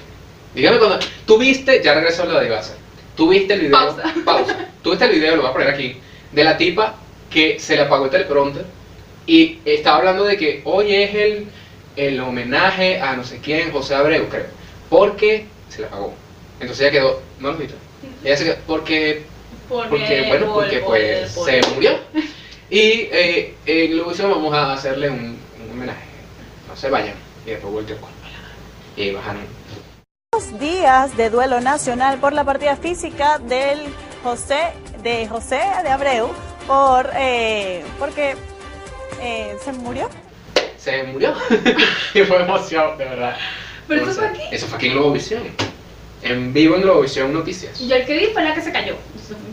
Speaker 2: Dígame cuando. Tuviste, ya regresó la divasa. Tuviste el video.
Speaker 3: Pausa.
Speaker 2: Pausa. Tuviste el video, lo voy a poner aquí, de la tipa que se le apagó el teleprompter y estaba hablando de que hoy es el, el homenaje a no sé quién, José Abreu, creo. Porque se le apagó. Entonces ella quedó. No lo viste. Ella se quedó. Porque
Speaker 3: Porque,
Speaker 2: porque, bueno,
Speaker 3: por-
Speaker 2: porque
Speaker 3: por-
Speaker 2: pues
Speaker 3: por-
Speaker 2: se murió. Y eh, en lo último vamos a hacerle un, un homenaje. No se vayan. Y después volteo con Y bajaron.
Speaker 7: Dos días de duelo nacional por la partida física del José de José de Abreu por eh, porque eh, se murió.
Speaker 2: Se murió. y fue demasiado, de verdad.
Speaker 3: Pero eso
Speaker 2: O
Speaker 3: fue
Speaker 2: sea,
Speaker 3: aquí.
Speaker 2: Eso fue aquí en Globovisión. En vivo en Globovisión Noticias.
Speaker 3: Yo el que vi fue la que se cayó.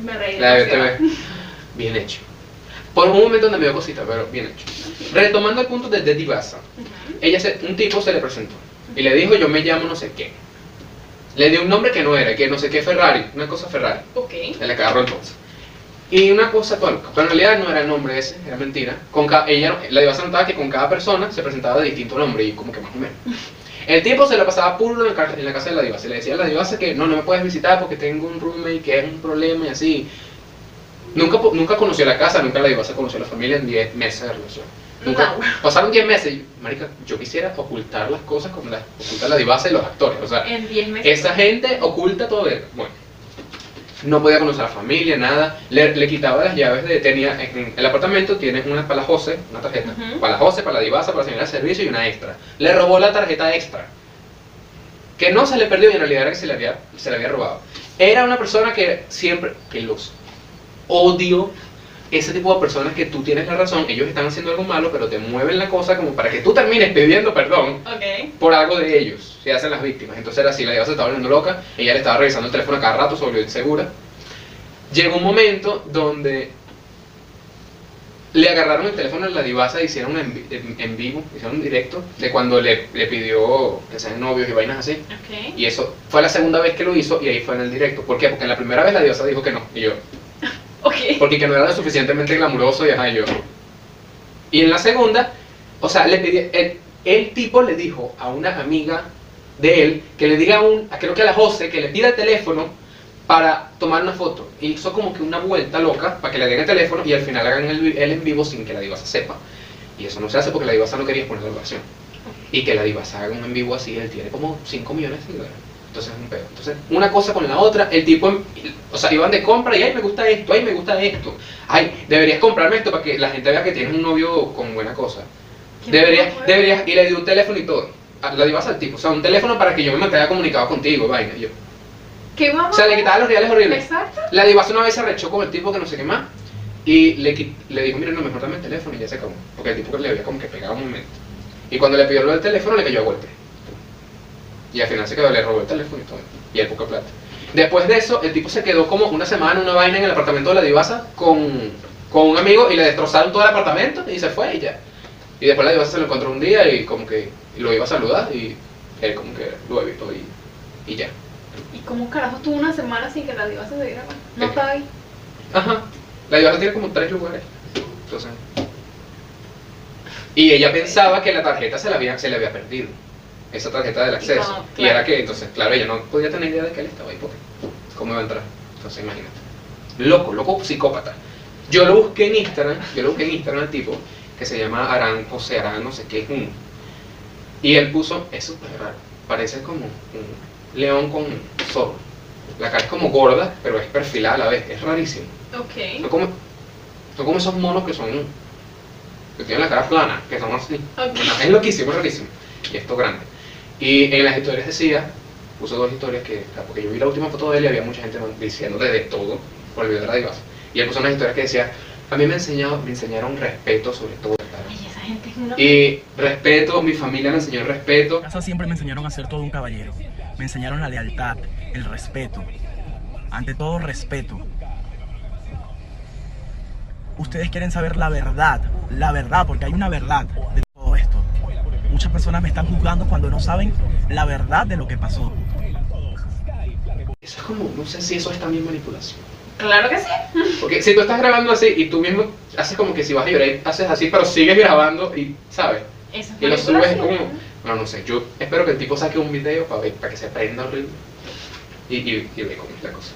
Speaker 3: Me reí.
Speaker 2: La de
Speaker 3: demasiado.
Speaker 2: TV. Bien hecho. Por un momento donde me dio cosita, pero bien hecho. Retomando el punto de, de Divasa.
Speaker 3: Ujú.
Speaker 2: ella se- un tipo se le presentó y le dijo yo me llamo no sé qué le dio un nombre que no era que no sé qué Ferrari una cosa Ferrari
Speaker 3: Ok.
Speaker 2: en la carro entonces y una cosa toda loca pero en realidad no era el nombre ese era mentira con ca- ella la iba a notar que con cada persona se presentaba de distinto nombre y como que más o menos el tipo se la pasaba puro en, la ca- en la casa de la divasa. Le decía a la divasa que no, no me puedes visitar porque tengo un roommate que es un problema y así. Nunca, po- nunca conoció la casa, nunca la divasa conoció a la familia en 10 meses de relación. Nunca,
Speaker 3: Wow.
Speaker 2: Pasaron 10 meses y, marica, yo quisiera ocultar las cosas como las oculta la divasa y los actores. O sea,
Speaker 3: En 10 meses.
Speaker 2: esa gente oculta todo eso. Bueno, no podía conocer a la familia, nada. Le, le quitaba las llaves de. Tenía en, en el apartamento, tiene una para la José, una tarjeta.
Speaker 3: Ujú.
Speaker 2: Para la José, para la divasa, para la señora de servicio y una extra. Le robó la tarjeta extra. Que no se le perdió y en realidad era que se le había, se le había robado. Era una persona que siempre. Que los odio. Ese tipo de personas que tú tienes la razón, ellos están haciendo algo malo, pero te mueven la cosa como para que tú termines pidiendo perdón
Speaker 3: Ok.
Speaker 2: por algo de ellos, se hacen las víctimas. Entonces era así, la diva se estaba volviendo loca, ella le estaba revisando el teléfono cada rato, se volvió insegura. Llegó un momento donde le agarraron el teléfono a la divasa y hicieron en, vi- en- en vivo, hicieron un directo de cuando le, le pidió que sean novios y vainas así.
Speaker 3: Ok.
Speaker 2: Y eso fue la segunda vez que lo hizo y ahí fue en el directo. ¿Por qué? Porque en la primera vez la divasa dijo que no. Y yo,
Speaker 3: Ok.
Speaker 2: porque que no era lo suficientemente glamuroso y ajá, yo. Y en la segunda, o sea, le pedí, el, el tipo le dijo a una amiga de él que le diga a un, a- creo que a la Jose, que le pida el teléfono para tomar una foto. Y hizo como que una vuelta loca para que le den el teléfono y al final hagan el, vi- el en vivo sin que la divasa sepa. Y eso no se hace porque la divasa no quería exponer la relación. Y que la divasa haga un en vivo así, él tiene como 5 millones de seguidores. Entonces es un pedo. Entonces, una cosa con la otra, el tipo, em- o sea, iban de compra y ay, me gusta esto, ay, me gusta esto. Ay, deberías comprarme esto para que la gente vea que tienes un novio con buena cosa. Deberías, deberías, y le di un teléfono y todo. A- La divasa al tipo, o sea, un teléfono para que yo me mantenga comunicado contigo, vaina. y Yo.
Speaker 3: ¿Qué
Speaker 2: O
Speaker 3: vamos?
Speaker 2: sea, le quitaba los reales horribles.
Speaker 3: Exacto.
Speaker 2: La divasa una vez se arrechó con el tipo que no sé qué más. Y le, qui- le dijo, mira, no, mejor dame el teléfono y ya se acabó. Porque el tipo que le había como que pegado un momento. Y cuando le pidió lo del teléfono, le cayó a golpe. Y al final se quedó, le robó el teléfono y todo. Y el poca plata. Después de eso, el tipo se quedó como una semana, una vaina en el apartamento de la divasa con, con un amigo y le destrozaron todo el apartamento y se fue y ya. Y después la divasa se lo encontró un día y como que lo iba a saludar y él como que lo evitó y, y ya.
Speaker 3: ¿Y cómo carajo estuvo una semana sin que la diva se diera cuenta? No
Speaker 2: Eh.
Speaker 3: estaba ahí.
Speaker 2: Ajá. La divasa tiene como tres lugares. Entonces. Y ella pensaba que la tarjeta se la había, se le había perdido. Esa tarjeta del acceso.
Speaker 3: no,
Speaker 2: Y era
Speaker 3: claro.
Speaker 2: que entonces, claro, ella no podía tener idea de que él estaba ahí porque cómo iba a entrar. Entonces imagínate. Loco, loco psicópata. Yo lo busqué en Instagram, yo lo busqué en Instagram al tipo que se llama Arán José Arán, no sé qué es uno. Y él puso, es súper raro, parece como un león con un zorro. La cara es como gorda, pero es perfilada a la vez, es rarísimo. Son
Speaker 3: Ok.
Speaker 2: como, son como esos monos que son. que tienen la cara plana, que son así.
Speaker 3: Ok.
Speaker 2: Es loquísimo, es rarísimo. Y esto grande. Y en las historias decía, puso dos historias que. porque yo vi la última foto de él y había mucha gente diciéndole de todo por el video de la divasa. Y él puso unas historias que decía: A mí me, enseñado, me enseñaron respeto sobre todo.
Speaker 3: Ay, esa gente es una.
Speaker 2: Y respeto, mi familia me enseñó respeto.
Speaker 8: casa siempre me enseñaron a ser todo un caballero. Me enseñaron la lealtad, el respeto. Ante todo, respeto. Ustedes quieren saber la verdad, la verdad, porque hay una verdad de todo esto. Muchas personas me están juzgando cuando no saben la verdad de lo que pasó.
Speaker 2: Eso es como, no sé si eso es también manipulación.
Speaker 3: Claro que sí.
Speaker 2: Porque si tú estás grabando así y tú mismo haces como que si vas a llorar, haces así, pero sigues grabando y, ¿sabes?
Speaker 3: Eso es
Speaker 2: Y lo subes
Speaker 3: manipulación.
Speaker 2: como. Bueno, no sé, yo espero que el tipo saque un video para ver, para que se aprenda horrible. Y, y, y ve cómo es la cosa.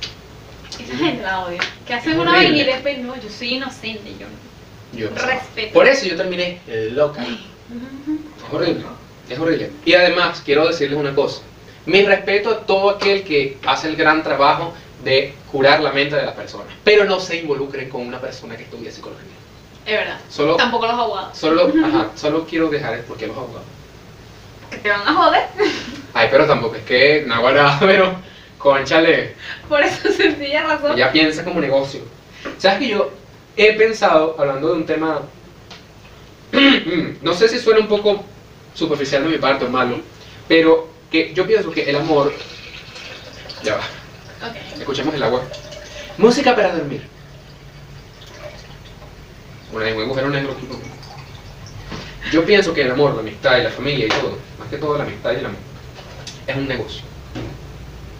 Speaker 3: Esa gente la odia. Que hacen
Speaker 2: Es
Speaker 3: una vaina y
Speaker 2: horrible.
Speaker 3: después no, yo soy inocente, yo no.
Speaker 2: Yo,
Speaker 3: Respeto.
Speaker 2: Por eso yo terminé loca. Es horrible, es horrible. Y además, quiero decirles una cosa. Mi respeto a todo aquel que hace el gran trabajo de curar la mente de las personas. Pero no se involucren con una persona que estudia psicología.
Speaker 3: Es verdad.
Speaker 2: Solo,
Speaker 3: Tampoco los abogados.
Speaker 2: solo, ajá, solo quiero dejar porque los abogados.
Speaker 3: Que te van a joder.
Speaker 2: Ay, pero tampoco es que, naguará, pero, conchale.
Speaker 3: Por esa sencilla razón.
Speaker 2: Ella piensa como negocio. ¿Sabes que yo he pensado, hablando de un tema, no sé si suena un poco superficial de mi parte o malo, pero que yo pienso que el amor... Ya va,
Speaker 3: Ok.
Speaker 2: escuchemos el agua. Música para dormir. Una lengua de agujero negro. tipo. Yo pienso que el amor, la amistad y la familia y todo, más que todo la amistad y el amor, es un negocio.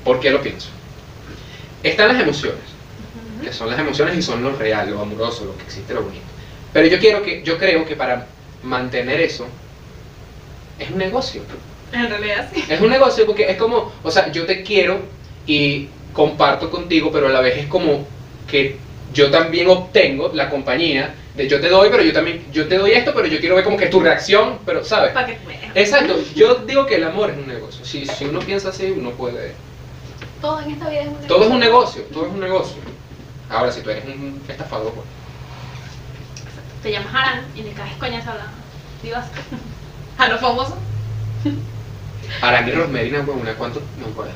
Speaker 2: ¿Por qué lo pienso? Están las emociones que son las emociones y son lo real, lo amoroso, lo que existe, lo bonito. Pero yo quiero que, yo creo que para mantener eso es un negocio.
Speaker 3: En realidad sí.
Speaker 2: Es un negocio porque es como, o sea, yo te quiero y comparto contigo, pero a la vez es como que yo también obtengo la compañía de yo te doy, pero yo también, yo te doy esto, pero yo quiero ver como que tu reacción, pero sabes.
Speaker 3: Para que tú veas.
Speaker 2: Exacto, yo digo que el amor es un negocio. Si, si uno piensa así, uno puede.
Speaker 3: Todo en esta vida es un negocio.
Speaker 2: Todo es un negocio, todo es un negocio. Ahora, si tú eres un estafador, pues.
Speaker 3: Te llamas Aran y le caes coñas a la divas. A los famosos.
Speaker 2: Arán y Rosmerina, pues una, ¿cuánto? No me acuerdo.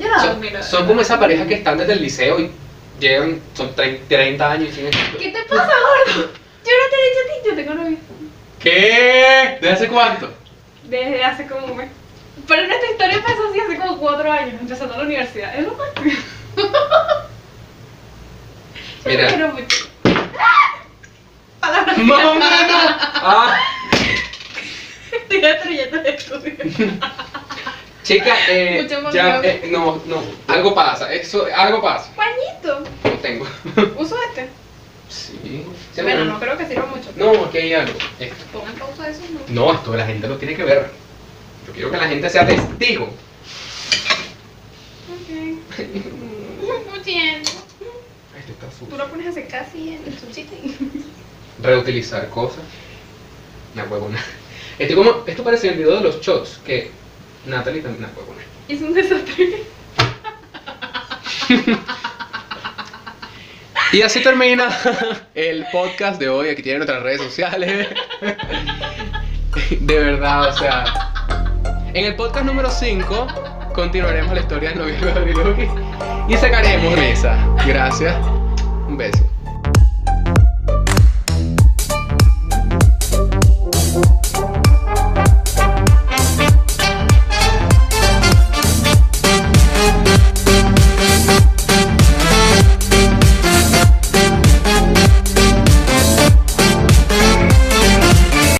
Speaker 3: Yo la
Speaker 2: Son,
Speaker 3: admiro.
Speaker 2: son como esa pareja que están desde el liceo y llegan, son tre- 30 años y siguen.
Speaker 3: ¿Qué te pasa, gordo? Yo no te he dicho a ti, yo tengo novio.
Speaker 2: ¿Qué? ¿Desde hace cuánto?
Speaker 3: Desde hace como un mes. Pero nuestra historia empezó así hace como cuatro años, empezando la universidad. Es lo máximo. Yo
Speaker 2: Mira.
Speaker 3: te quiero mucho. ¡Ah! Palabras
Speaker 2: ¡Más o menos! Ah,
Speaker 3: estoy destruyendo el estudio.
Speaker 2: chica, eh,
Speaker 3: Mucho más
Speaker 2: ya,
Speaker 3: grave.
Speaker 2: eh, no, no, algo pasa, eso, algo pasa.
Speaker 3: Pañito,
Speaker 2: No tengo.
Speaker 3: uso este.
Speaker 2: Sí.
Speaker 3: Bueno, no creo que sirva mucho.
Speaker 2: No, aquí hay algo. Esto.
Speaker 3: Pongan pausa eso, no.
Speaker 2: No, esto la gente lo tiene que ver. Yo quiero que la gente sea testigo.
Speaker 3: Ok. Muy bien.
Speaker 2: Esto está sucio.
Speaker 3: Tú lo pones a secar así en el sushi.
Speaker 2: reutilizar cosas. Una huevona. Esto, como, esto parece el video de los shots, que Natalie también una huevona.
Speaker 3: Es un desastre.
Speaker 2: Y así termina el podcast de hoy. Aquí tienen nuestras redes sociales. De verdad, o sea. En el podcast número 5 continuaremos la historia del noviazgo de Bilugi y sacaremos risa. Gracias. Un beso.